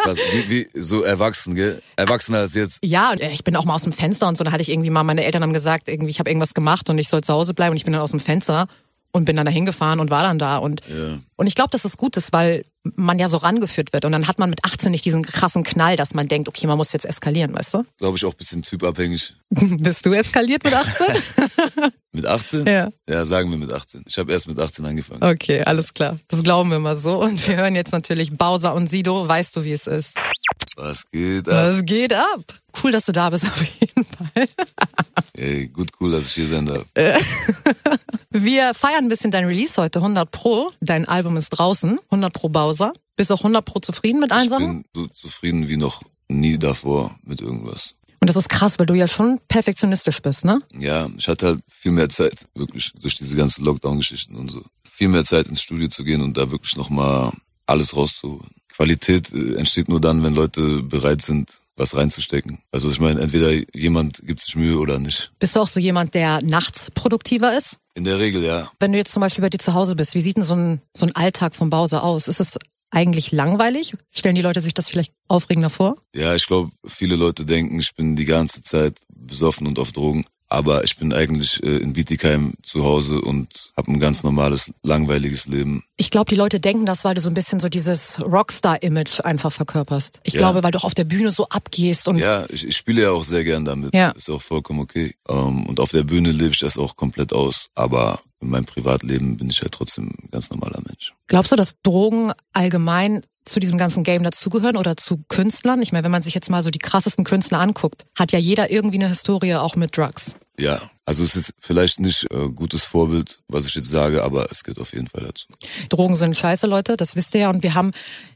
Speaker 2: Was, wie, wie, so erwachsen, gell? Erwachsener als jetzt.
Speaker 3: Ja, und, äh, ich bin auch mal aus dem Fenster und so. Da hatte ich irgendwie mal, meine Eltern haben gesagt, irgendwie, ich habe irgendwas gemacht und ich soll zu Hause bleiben und ich bin dann aus dem Fenster und bin dann dahin gefahren und war dann da. Und, und ich glaube, dass es gut ist, weil man ja so rangeführt wird. Und dann hat man mit 18 nicht diesen krassen Knall, dass man denkt, okay, man muss jetzt eskalieren, weißt du?
Speaker 2: Glaube ich auch ein bisschen typabhängig.
Speaker 3: Bist du eskaliert mit 18?
Speaker 2: Mit 18?
Speaker 3: Ja. Oh.
Speaker 2: Ja, sagen wir mit 18. Ich habe erst mit 18 angefangen.
Speaker 3: Okay, alles klar. Das glauben wir mal so. Und wir hören jetzt natürlich Bowser und Sido, weißt du, wie es ist.
Speaker 2: Was geht ab?
Speaker 3: Das geht ab. Cool, dass du da bist auf jeden Fall.
Speaker 2: Ey, gut cool, dass ich hier sein darf.
Speaker 3: Wir feiern ein bisschen dein Release heute, 100 Pro. Dein Album ist draußen, 100 Pro Bowser. Bist auch 100 Pro zufrieden mit
Speaker 2: Ich
Speaker 3: Einsam?
Speaker 2: bin so zufrieden wie noch nie davor mit irgendwas.
Speaker 3: Und das ist krass, weil du ja schon perfektionistisch bist, ne?
Speaker 2: Ja, ich hatte halt viel mehr Zeit, wirklich, durch diese ganzen Lockdown-Geschichten und so. Viel mehr Zeit ins Studio zu gehen und da wirklich nochmal alles rauszuholen. Qualität äh, entsteht nur dann, wenn Leute bereit sind, was reinzustecken. Also ich meine, entweder jemand gibt sich Mühe oder nicht.
Speaker 3: Bist du auch so jemand, der nachts produktiver ist?
Speaker 2: In der Regel, ja.
Speaker 3: Wenn du jetzt zum Beispiel bei dir zu Hause bist, wie sieht denn so ein, so ein Alltag von Bowser aus? Ist es eigentlich langweilig? Stellen die Leute sich das vielleicht aufregender vor?
Speaker 2: Ja, ich glaube, viele Leute denken, ich bin die ganze Zeit besoffen und auf Drogen. Aber ich bin eigentlich äh, in Bietigheim zu Hause und habe ein ganz normales, langweiliges Leben.
Speaker 3: Ich glaube, die Leute denken das, weil du so ein bisschen so dieses Rockstar-Image einfach verkörperst. Ich
Speaker 2: Ja.
Speaker 3: glaube, weil du auch auf der Bühne so abgehst und
Speaker 2: Ja, ich, ich spiele ja auch sehr gern damit.
Speaker 3: Ja.
Speaker 2: Ist auch vollkommen okay. Ähm, und auf der Bühne lebe ich das auch komplett aus. Aber in meinem Privatleben bin ich ja trotzdem ein ganz normaler Mensch.
Speaker 3: Glaubst du, dass Drogen allgemein zu diesem ganzen Game dazugehören oder zu Künstlern? Ich meine, wenn man sich jetzt mal so die krassesten Künstler anguckt, hat ja jeder irgendwie eine Historie auch mit Drugs.
Speaker 2: Ja, also es ist vielleicht nicht äh, gutes Vorbild, was ich jetzt sage, aber es geht auf jeden Fall dazu.
Speaker 3: Drogen sind scheiße, Leute, das wisst ihr ja. Und wir haben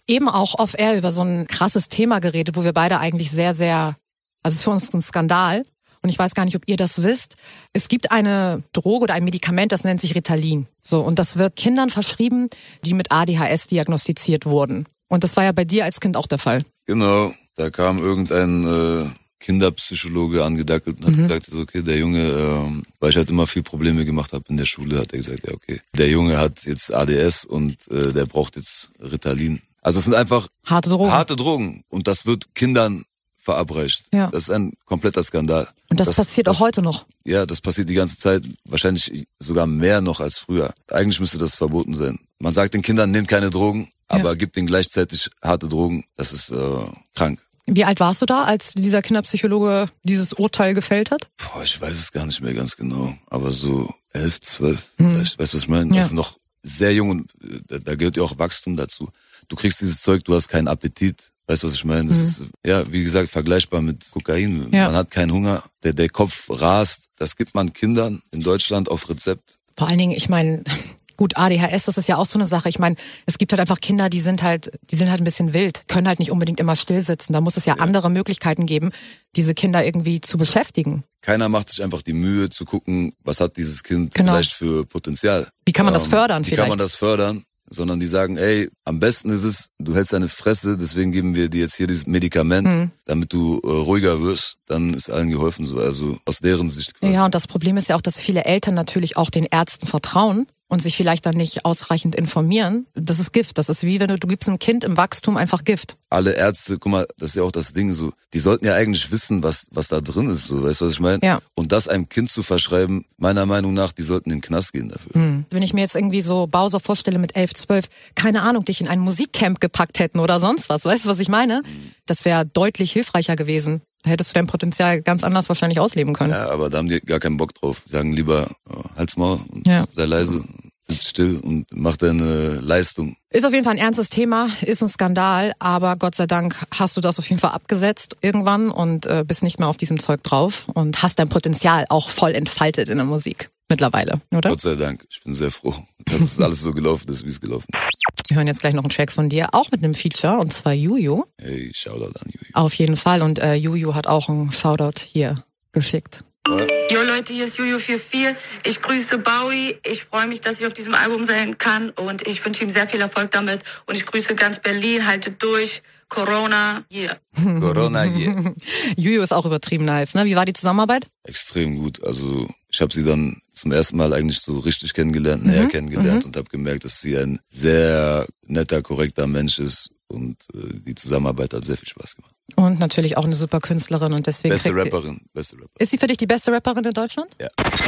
Speaker 3: eben auch off-air über so ein krasses Thema geredet, wo wir beide eigentlich sehr, sehr, also es ist für uns ein Skandal. Und ich weiß gar nicht, ob ihr das wisst. Es gibt eine Droge oder ein Medikament, das nennt sich Ritalin. So. Und das wird Kindern verschrieben, die mit ADHS diagnostiziert wurden. Und das war ja bei dir als Kind auch der Fall.
Speaker 2: Genau, da kam irgendein äh, Kinderpsychologe angedackelt und
Speaker 3: Mhm.
Speaker 2: hat gesagt, so, okay, der Junge, ähm, weil ich halt immer viel Probleme gemacht habe in der Schule, hat er gesagt, ja okay, der Junge hat jetzt ADS und äh, der braucht jetzt Ritalin. Also es sind einfach
Speaker 3: Harte Drogen.
Speaker 2: harte Drogen und das wird Kindern verabreicht.
Speaker 3: Ja.
Speaker 2: Das ist ein kompletter Skandal.
Speaker 3: Und das, passiert auch heute noch.
Speaker 2: Ja, das passiert die ganze Zeit, wahrscheinlich sogar mehr noch als früher. Eigentlich müsste das verboten sein. Man sagt den Kindern, nehmt keine Drogen, aber gibt ihnen gleichzeitig harte Drogen. Das ist äh, krank.
Speaker 3: Wie alt warst du da, als dieser Kinderpsychologe dieses Urteil gefällt hat?
Speaker 2: Boah, ich weiß es gar nicht mehr ganz genau, aber so elf, zwölf, vielleicht, weißt du, was ich meine?
Speaker 3: Mhm. Ja.
Speaker 2: Also noch sehr jung und äh, da, da gehört ja auch Wachstum dazu. Du kriegst dieses Zeug, du hast keinen Appetit. Weißt du, was ich meine? Das ist, ja, wie gesagt, vergleichbar mit Kokain.
Speaker 3: Mhm. Ja.
Speaker 2: Man hat keinen Hunger, der, der Kopf rast. Das gibt man Kindern in Deutschland auf Rezept.
Speaker 3: Vor allen Dingen, ich meine, gut, ADHS, das ist ja auch so eine Sache. Ich meine, es gibt halt einfach Kinder, die sind halt, die sind halt ein bisschen wild, können halt nicht unbedingt immer still sitzen. Da muss es ja, andere Möglichkeiten geben, diese Kinder irgendwie zu beschäftigen.
Speaker 2: Keiner macht sich einfach die Mühe zu gucken, was hat dieses Kind
Speaker 3: Genau.
Speaker 2: vielleicht für Potenzial. Ähm,
Speaker 3: Wie kann man das fördern
Speaker 2: Wie
Speaker 3: vielleicht?
Speaker 2: kann man das fördern? Sondern die sagen, ey, am besten ist es, du hältst deine Fresse, deswegen geben wir dir jetzt hier dieses Medikament,
Speaker 3: Mhm.
Speaker 2: damit du äh, ruhiger wirst. Dann ist allen geholfen, so. Also aus deren Sicht quasi.
Speaker 3: Ja, und das Problem ist ja auch, dass viele Eltern natürlich auch den Ärzten vertrauen und sich vielleicht dann nicht ausreichend informieren. Das ist Gift. Das ist wie wenn du, du gibst einem Kind im Wachstum einfach Gift.
Speaker 2: Alle Ärzte, guck mal, das ist ja auch das Ding so. Die sollten ja eigentlich wissen, was, was da drin ist, so. Weißt du, was ich meine?
Speaker 3: Ja.
Speaker 2: Und das einem Kind zu verschreiben, meiner Meinung nach, die sollten in den Knast gehen dafür.
Speaker 3: Wenn ich mir jetzt irgendwie so Bowser vorstelle mit 11, 12, keine Ahnung, dich in ein Musikcamp gepackt hätten oder sonst was, weißt du, was ich meine? Das wäre deutlich hilfreicher gewesen. Da hättest du dein Potenzial ganz anders wahrscheinlich ausleben können.
Speaker 2: Ja, aber da haben die gar keinen Bock drauf. Die sagen lieber, äh, halt's Maul und
Speaker 3: Ja.
Speaker 2: sei leise, sitz still und mach deine Leistung.
Speaker 3: Ist auf jeden Fall ein ernstes Thema, ist ein Skandal, aber Gott sei Dank hast du das auf jeden Fall abgesetzt irgendwann und äh, bist nicht mehr auf diesem Zeug drauf und hast dein Potenzial auch voll entfaltet in der Musik mittlerweile, oder?
Speaker 2: Gott sei Dank, ich bin sehr froh, dass es alles so gelaufen ist, wie es gelaufen ist.
Speaker 3: Wir hören jetzt gleich noch einen Track von dir, auch mit einem Feature und zwar Juju.
Speaker 2: Hey, Shoutout an Juju.
Speaker 3: Auf jeden Fall und äh, Juju hat auch einen Shoutout hier geschickt.
Speaker 7: Jo Leute, hier ist Juju44. Ich grüße Bowie. Ich freue mich, dass ich auf diesem Album sein kann und ich wünsche ihm sehr viel Erfolg damit. Und ich grüße ganz Berlin. Haltet durch. Corona. Yeah.
Speaker 2: Corona, yeah.
Speaker 3: Juju ist auch übertrieben nice, ne? Wie war die Zusammenarbeit?
Speaker 2: Extrem gut. Also ich habe sie dann zum ersten Mal eigentlich so richtig kennengelernt, näher kennengelernt und habe gemerkt, dass sie ein sehr netter, korrekter Mensch ist und äh, die Zusammenarbeit hat sehr viel Spaß gemacht.
Speaker 3: Und natürlich auch eine super Künstlerin und deswegen.
Speaker 2: Beste
Speaker 3: kriegt-
Speaker 2: Rapperin, beste Rapperin.
Speaker 3: Ist sie für dich die beste Rapperin in Deutschland?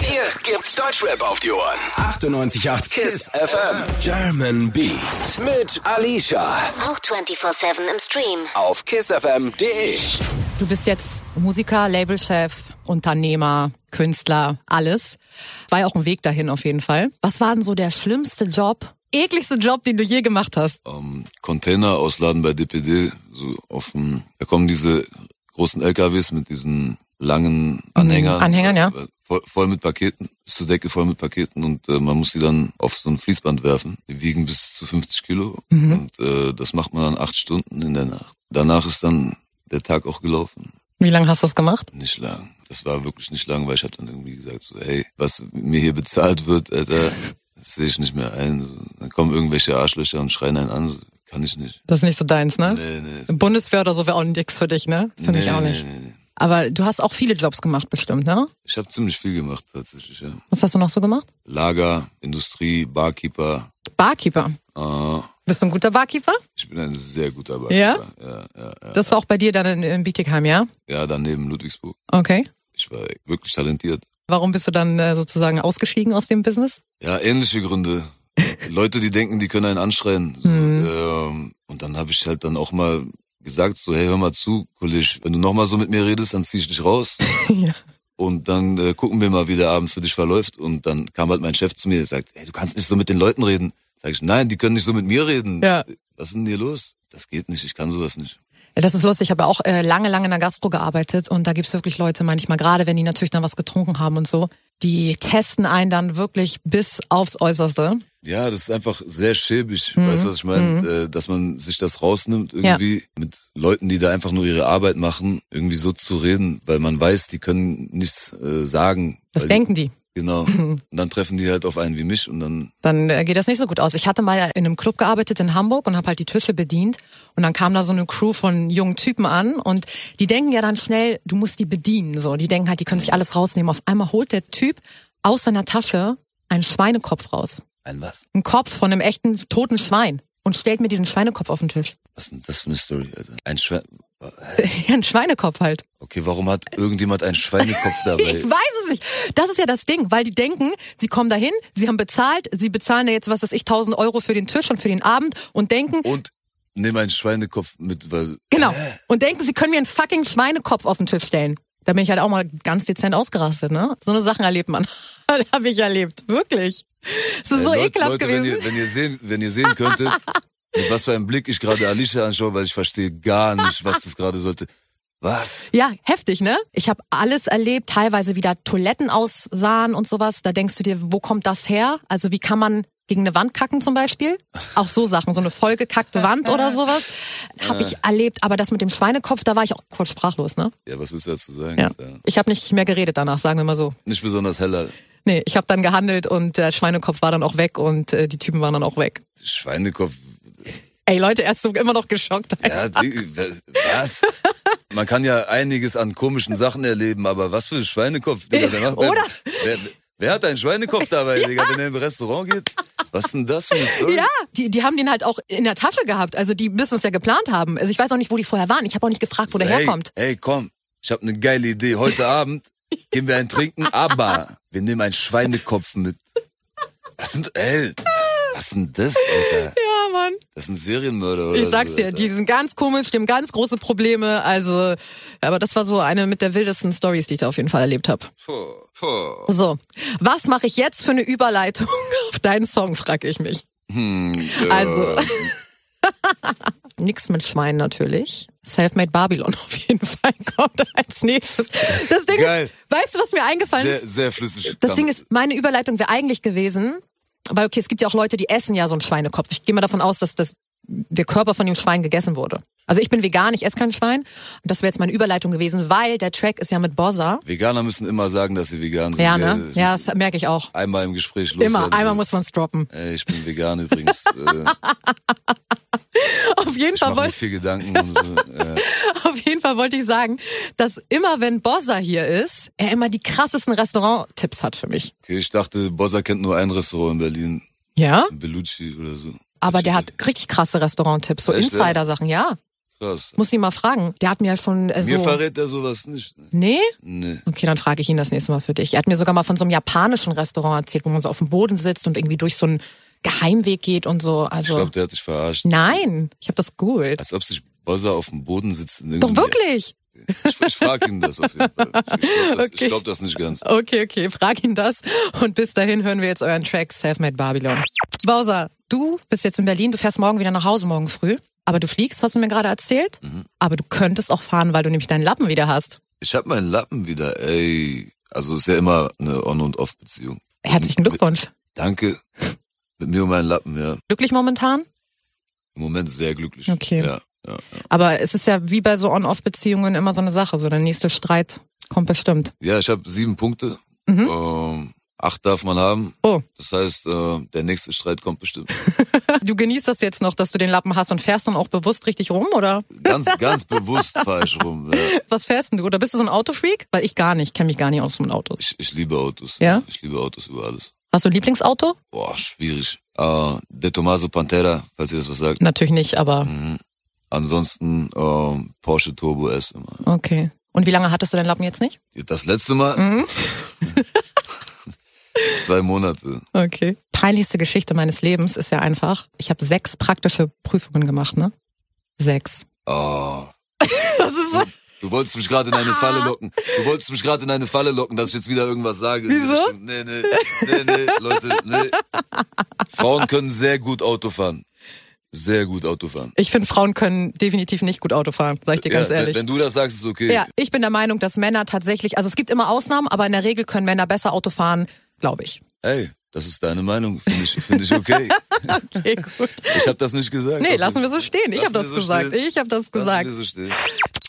Speaker 1: Hier gibt's Deutschrap auf die Ohren. 98.8 KISS FM. German Beats mit Alicia
Speaker 5: Auch 24-7 im Stream.
Speaker 1: auf kissfm.de.
Speaker 3: Du bist jetzt Musiker, Labelchef, Unternehmer, Künstler, alles. War ja auch ein Weg dahin auf jeden Fall. Was war denn so der schlimmste Job, ekligste Job, den du je gemacht hast?
Speaker 2: Ähm, Container ausladen bei DPD, so auf dem, da kommen diese großen LKWs mit diesen langen Anhängern.
Speaker 3: Mhm,
Speaker 2: äh,
Speaker 3: Anhängern, ja.
Speaker 2: Voll, voll mit Paketen, bis zur Decke voll mit Paketen und äh, man muss die dann auf so ein Fließband werfen. Die wiegen bis zu 50 Kilo
Speaker 3: Mhm.
Speaker 2: und äh, das macht man dann acht Stunden in der Nacht. Danach ist dann der Tag auch gelaufen.
Speaker 3: Wie lange hast du das gemacht?
Speaker 2: Nicht lang. Das war wirklich nicht lang, weil ich hab dann irgendwie gesagt so, hey, was mir hier bezahlt wird, Alter, das sehe ich nicht mehr ein. So, dann kommen irgendwelche Arschlöcher und schreien einen an, so, kann ich nicht.
Speaker 3: Das ist nicht so deins, ne?
Speaker 2: Nee, nee.
Speaker 3: Bundeswehr oder so wäre auch nix für dich, ne? Für mich
Speaker 2: Nee,
Speaker 3: auch
Speaker 2: nee,
Speaker 3: nicht.
Speaker 2: nee, nee.
Speaker 3: Aber du hast auch viele Jobs gemacht bestimmt, ne?
Speaker 2: Ich habe ziemlich viel gemacht tatsächlich, ja.
Speaker 3: Was hast du noch so gemacht?
Speaker 2: Lager, Industrie, Barkeeper.
Speaker 3: Barkeeper.
Speaker 2: Äh,
Speaker 3: Bist du ein guter Barkeeper?
Speaker 2: ich bin ein sehr guter
Speaker 3: Ja?
Speaker 2: Barkeeper. Ja? Ja, ja,
Speaker 3: Das war auch bei dir dann in, in Bietigheim, ja?
Speaker 2: ja, daneben Ludwigsburg.
Speaker 3: Okay.
Speaker 2: Ich war wirklich talentiert.
Speaker 3: Warum bist du dann äh, sozusagen ausgestiegen aus dem Business?
Speaker 2: Ja, ähnliche Gründe. Leute, die denken, die können einen anschreien. So,
Speaker 3: Mhm.
Speaker 2: ähm, und dann habe ich halt dann auch mal gesagt, so, hey, hör mal zu, Kulisch, wenn du nochmal so mit mir redest, dann zieh ich dich raus.
Speaker 3: ja.
Speaker 2: Und dann äh, gucken wir mal, wie der Abend für dich verläuft. Und dann kam halt mein Chef zu mir und sagt, hey, du kannst nicht so mit den Leuten reden. Sag ich, nein, die können nicht so mit mir reden.
Speaker 3: Ja.
Speaker 2: Was ist denn hier los? Das geht nicht, ich kann sowas nicht.
Speaker 3: Ja, das ist lustig. Ich habe auch äh, lange, lange in der Gastro gearbeitet und da gibt's wirklich Leute manchmal, gerade wenn die natürlich dann was getrunken haben und so, die testen einen dann wirklich bis aufs Äußerste.
Speaker 2: Ja, das ist einfach sehr schäbig, weißt du, was ich meine? Äh, dass man sich das rausnimmt,
Speaker 3: Mhm. Ja.
Speaker 2: irgendwie mit Leuten, die da einfach nur ihre Arbeit machen, irgendwie so zu reden, weil man weiß, die können nichts äh, sagen.
Speaker 3: Das
Speaker 2: weil
Speaker 3: denken die.
Speaker 2: Genau. und dann treffen die halt auf einen wie mich und dann
Speaker 3: Dann äh, geht das nicht so gut aus. Ich hatte mal in einem Club gearbeitet in Hamburg und habe halt die Tische bedient und dann kam da so eine Crew von jungen Typen an und die denken ja dann schnell, du musst die bedienen. So, die denken halt, die können sich alles rausnehmen. Auf einmal holt der Typ aus seiner Tasche einen Schweinekopf raus,
Speaker 2: ein was?
Speaker 3: einen Kopf von einem echten toten Schwein und stellt mir diesen Schweinekopf auf den Tisch.
Speaker 2: Was ist denn das für eine Story, Alter? Ein Schwein.
Speaker 3: Ja, ein Schweinekopf halt.
Speaker 2: Okay, warum hat irgendjemand einen Schweinekopf dabei?
Speaker 3: Ich weiß es nicht. Das ist ja das Ding, weil die denken, sie kommen dahin, sie haben bezahlt, sie bezahlen ja jetzt, was weiß ich, 1000 Euro für den Tisch und für den Abend und denken,
Speaker 2: und nehme einen Schweinekopf mit, weil
Speaker 3: genau, und denken, sie können mir einen fucking Schweinekopf auf den Tisch stellen. Da bin ich halt auch mal ganz dezent ausgerastet, ne? So eine Sachen erlebt man. Hab ich erlebt, wirklich. Es ist so
Speaker 2: Leute,
Speaker 3: ekelhaft
Speaker 2: Leute,
Speaker 3: gewesen.
Speaker 2: Wenn ihr, wenn ihr sehen, wenn ihr sehen könntet, mit was für einem Blick ich gerade Alicia anschaue, weil ich verstehe gar nicht, was das gerade sollte. Was?
Speaker 3: Ja, heftig, ne? Ich habe alles erlebt, teilweise wie da Toiletten aussahen und sowas. Da denkst du dir, wo kommt das her? Also wie kann man gegen eine Wand kacken zum Beispiel? Auch so Sachen, so eine vollgekackte Wand oder sowas. Habe ich erlebt. Aber das mit dem Schweinekopf, da war ich auch kurz sprachlos, ne?
Speaker 2: Ja, was willst du dazu sagen?
Speaker 3: Ja.
Speaker 2: Alter?
Speaker 3: Ich habe nicht mehr geredet danach, sagen wir mal so.
Speaker 2: Nicht besonders heller.
Speaker 3: Nee, ich habe dann gehandelt und der Schweinekopf war dann auch weg und äh, die Typen waren dann auch weg.
Speaker 2: Schweinekopf.
Speaker 3: Ey Leute, er ist so immer noch geschockt.
Speaker 2: Ja, die, was- was? Man kann ja einiges an komischen Sachen erleben, aber was für ein Schweinekopf, Digga, wer macht-
Speaker 3: Oder?
Speaker 2: Wer, wer, wer hat einen Schweinekopf dabei, Digga, wenn er in ein Restaurant geht? Was ist denn das für eine Story?
Speaker 3: Ja, die, die haben den halt auch in der Tasche gehabt. Also die müssen es ja geplant haben. Also ich weiß auch nicht, wo die vorher waren. Ich habe auch nicht gefragt, wo der
Speaker 2: So, hey,
Speaker 3: herkommt.
Speaker 2: Hey, komm, ich habe eine geile Idee. Heute Abend gehen wir ein Trinken, aber wir nehmen einen Schweinekopf mit. Was sind, ey, was, was sind das, Alter?
Speaker 3: Ja, Mann.
Speaker 2: Das sind Serienmörder, oder?
Speaker 3: Ich sag's
Speaker 2: so,
Speaker 3: dir,
Speaker 2: Alter.
Speaker 3: die sind ganz komisch, die haben ganz große Probleme. Also, aber das war so eine mit der wildesten Stories, die ich da auf jeden Fall erlebt habe. So, was mache ich jetzt für eine Überleitung auf deinen Song, frage ich mich.
Speaker 2: Hm,
Speaker 3: Also, nix mit Schwein natürlich. Selfmade Babylon auf jeden Fall kommt als nächstes. Das Ding
Speaker 2: Geil.
Speaker 3: ist, weißt du, was mir eingefallen ist?
Speaker 2: Sehr, sehr flüssig.
Speaker 3: Das Ding ist, meine Überleitung wäre eigentlich gewesen, weil okay, es gibt ja auch Leute, die essen ja so einen Schweinekopf. Ich gehe mal davon aus, dass das, der Körper von dem Schwein gegessen wurde. Also ich bin vegan, ich esse kein Schwein. Und Das wäre jetzt meine Überleitung gewesen, weil der Track ist ja mit Bossa.
Speaker 2: Veganer müssen immer sagen, dass sie vegan sind.
Speaker 3: Ja,
Speaker 2: gell?
Speaker 3: ne?
Speaker 2: Das
Speaker 3: Ja,
Speaker 2: muss
Speaker 3: das merke ich auch.
Speaker 2: Einmal im Gespräch los.
Speaker 3: Immer, einmal muss man's droppen.
Speaker 2: Ey, ich bin vegan übrigens. Äh,
Speaker 3: Auf jeden,
Speaker 2: ich mache
Speaker 3: Fall
Speaker 2: mir
Speaker 3: wollte,
Speaker 2: viel Gedanken und so. Ja.
Speaker 3: auf jeden Fall wollte ich sagen, dass immer wenn Bossa hier ist, er immer die krassesten Restaurant-Tipps hat für mich.
Speaker 2: Okay, ich dachte, Bossa kennt nur ein Restaurant in Berlin.
Speaker 3: Ja?
Speaker 2: Bellucci oder so.
Speaker 3: Aber der hat richtig krasse Restauranttipps, so
Speaker 2: Echt, ja?
Speaker 3: Insider-Sachen, ja.
Speaker 2: Krass.
Speaker 3: Muss ihn mal fragen. Der hat mir ja schon äh, so.
Speaker 2: Mir verrät er sowas nicht. ne?
Speaker 3: nee?
Speaker 2: Nee.
Speaker 3: Okay, dann frage ich ihn das nächste Mal für dich. Er hat mir sogar mal von so einem japanischen Restaurant erzählt, wo man so auf dem Boden sitzt und irgendwie durch so einen Geheimweg geht und so.
Speaker 2: Ich
Speaker 3: Also
Speaker 2: glaube, der hat dich verarscht.
Speaker 3: nein, ich habe das googelt.
Speaker 2: Als ob sich Buzzer auf dem Boden sitzt. in
Speaker 3: Doch
Speaker 2: irgendeinem-
Speaker 3: wirklich?
Speaker 2: Ich, ich frage ihn das auf jeden Fall. Ich glaube das, ich
Speaker 3: Okay.
Speaker 2: glaub das nicht ganz.
Speaker 3: Okay, okay, frag ihn das. Und bis dahin hören wir jetzt euren Track Selfmade Babylon. Bowser, du bist jetzt in Berlin, du fährst morgen wieder nach Hause, morgen früh. Aber du fliegst, hast du mir gerade erzählt.
Speaker 2: Mhm.
Speaker 3: Aber du könntest auch fahren, weil du nämlich deinen Lappen wieder hast.
Speaker 2: Ich habe meinen Lappen wieder, ey. Also ist ja immer eine On- und Off-Beziehung. Mhm.
Speaker 3: Herzlichen Glückwunsch.
Speaker 2: Danke. Mit mir und meinen Lappen, ja.
Speaker 3: Glücklich momentan?
Speaker 2: Im Moment sehr glücklich.
Speaker 3: Okay.
Speaker 2: Ja, ja, ja.
Speaker 3: Aber es ist ja wie bei so On-Off-Beziehungen immer so eine Sache. So der nächste Streit kommt bestimmt.
Speaker 2: ja ich habe sieben Punkte. Ähm, acht darf man haben.
Speaker 3: Mhm. Oh.
Speaker 2: Das heißt, äh, der nächste Streit kommt bestimmt.
Speaker 3: Du genießt das jetzt noch, dass du den Lappen hast und fährst dann auch bewusst richtig rum, oder?
Speaker 2: Ganz, ganz bewusst fahre ich rum. Ja.
Speaker 3: Was fährst denn du? Oder bist du so ein Autofreak? Weil ich gar nicht, kenne mich gar nicht aus mit Autos.
Speaker 2: Ich, ich liebe Autos.
Speaker 3: Ja?
Speaker 2: Ich liebe Autos über alles.
Speaker 3: Hast du ein Lieblingsauto?
Speaker 2: Boah, schwierig. Äh, der Tommaso Pantera, falls ihr das was sagt.
Speaker 3: Natürlich nicht, aber
Speaker 2: Mhm. Ansonsten ähm, Porsche Turbo S immer.
Speaker 3: okay. Und wie lange hattest du deinen Lappen jetzt nicht?
Speaker 2: Das letzte Mal?
Speaker 3: Mhm.
Speaker 2: Zwei Monate.
Speaker 3: Okay. Peinlichste Geschichte meines Lebens ist ja einfach, ich habe sechs praktische Prüfungen gemacht, ne? Sechs.
Speaker 2: Oh. Du wolltest mich gerade in eine Falle locken. Du wolltest mich gerade in eine Falle locken, dass ich jetzt wieder irgendwas sage. in die
Speaker 3: Wieso?
Speaker 2: Richtung. Nee, nee, nee, nee, Leute, nee. Frauen können sehr gut Auto fahren. Sehr gut Auto fahren.
Speaker 3: Ich finde, Frauen können definitiv nicht gut Auto fahren, sag ich dir ganz
Speaker 2: ja, wenn-
Speaker 3: ehrlich.
Speaker 2: Wenn du das sagst, ist okay.
Speaker 3: Ja, ich bin der Meinung, dass Männer tatsächlich, also es gibt immer Ausnahmen, aber in der Regel können Männer besser Auto fahren, glaube ich.
Speaker 2: Ey, das ist deine Meinung. Finde ich, find ich okay.
Speaker 3: Okay, gut.
Speaker 2: Ich habe das nicht gesagt.
Speaker 3: Nee,
Speaker 2: Also,
Speaker 3: lassen wir so stehen. Ich
Speaker 2: lassen
Speaker 3: habe das
Speaker 2: wir so
Speaker 3: gesagt.
Speaker 2: stehen.
Speaker 3: Ich habe das
Speaker 2: Lassen
Speaker 3: gesagt.
Speaker 2: wir so stehen.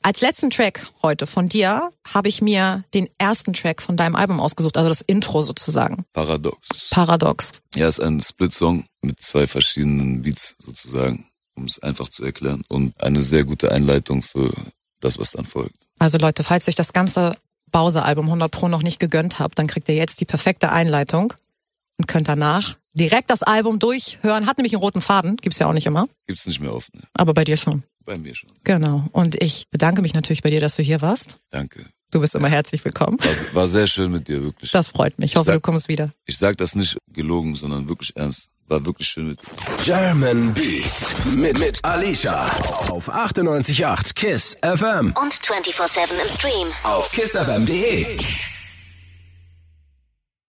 Speaker 3: Als letzten Track heute von dir habe ich mir den ersten Track von deinem Album ausgesucht, also das Intro sozusagen.
Speaker 2: Paradox.
Speaker 3: Paradox.
Speaker 2: Ja, ist ein Split-Song mit zwei verschiedenen Beats sozusagen, um es einfach zu erklären. Und eine sehr gute Einleitung für das, was dann folgt.
Speaker 3: Also Leute, falls ihr euch das ganze Bowser-Album 100 Pro noch nicht gegönnt habt, dann kriegt ihr jetzt die perfekte Einleitung und könnt danach direkt das Album durchhören. Hat nämlich einen roten Faden, gibt's ja auch nicht immer,
Speaker 2: Gibt's nicht mehr oft, ne?
Speaker 3: aber bei dir schon.
Speaker 2: Bei mir schon.
Speaker 3: Genau. Und ich bedanke mich natürlich bei dir, dass du hier warst.
Speaker 2: Danke.
Speaker 3: Du bist immer herzlich willkommen.
Speaker 2: War, war sehr schön mit dir, wirklich.
Speaker 3: Das freut mich. Ich hoffe,
Speaker 2: Sag-
Speaker 3: du kommst wieder.
Speaker 2: Ich sag das nicht gelogen, sondern wirklich ernst. War wirklich schön mit dir.
Speaker 1: German Beats mit, mit Alicia. Auf 98.8 KISS FM.
Speaker 5: Und 24-7 im Stream.
Speaker 1: Auf kissfm.de.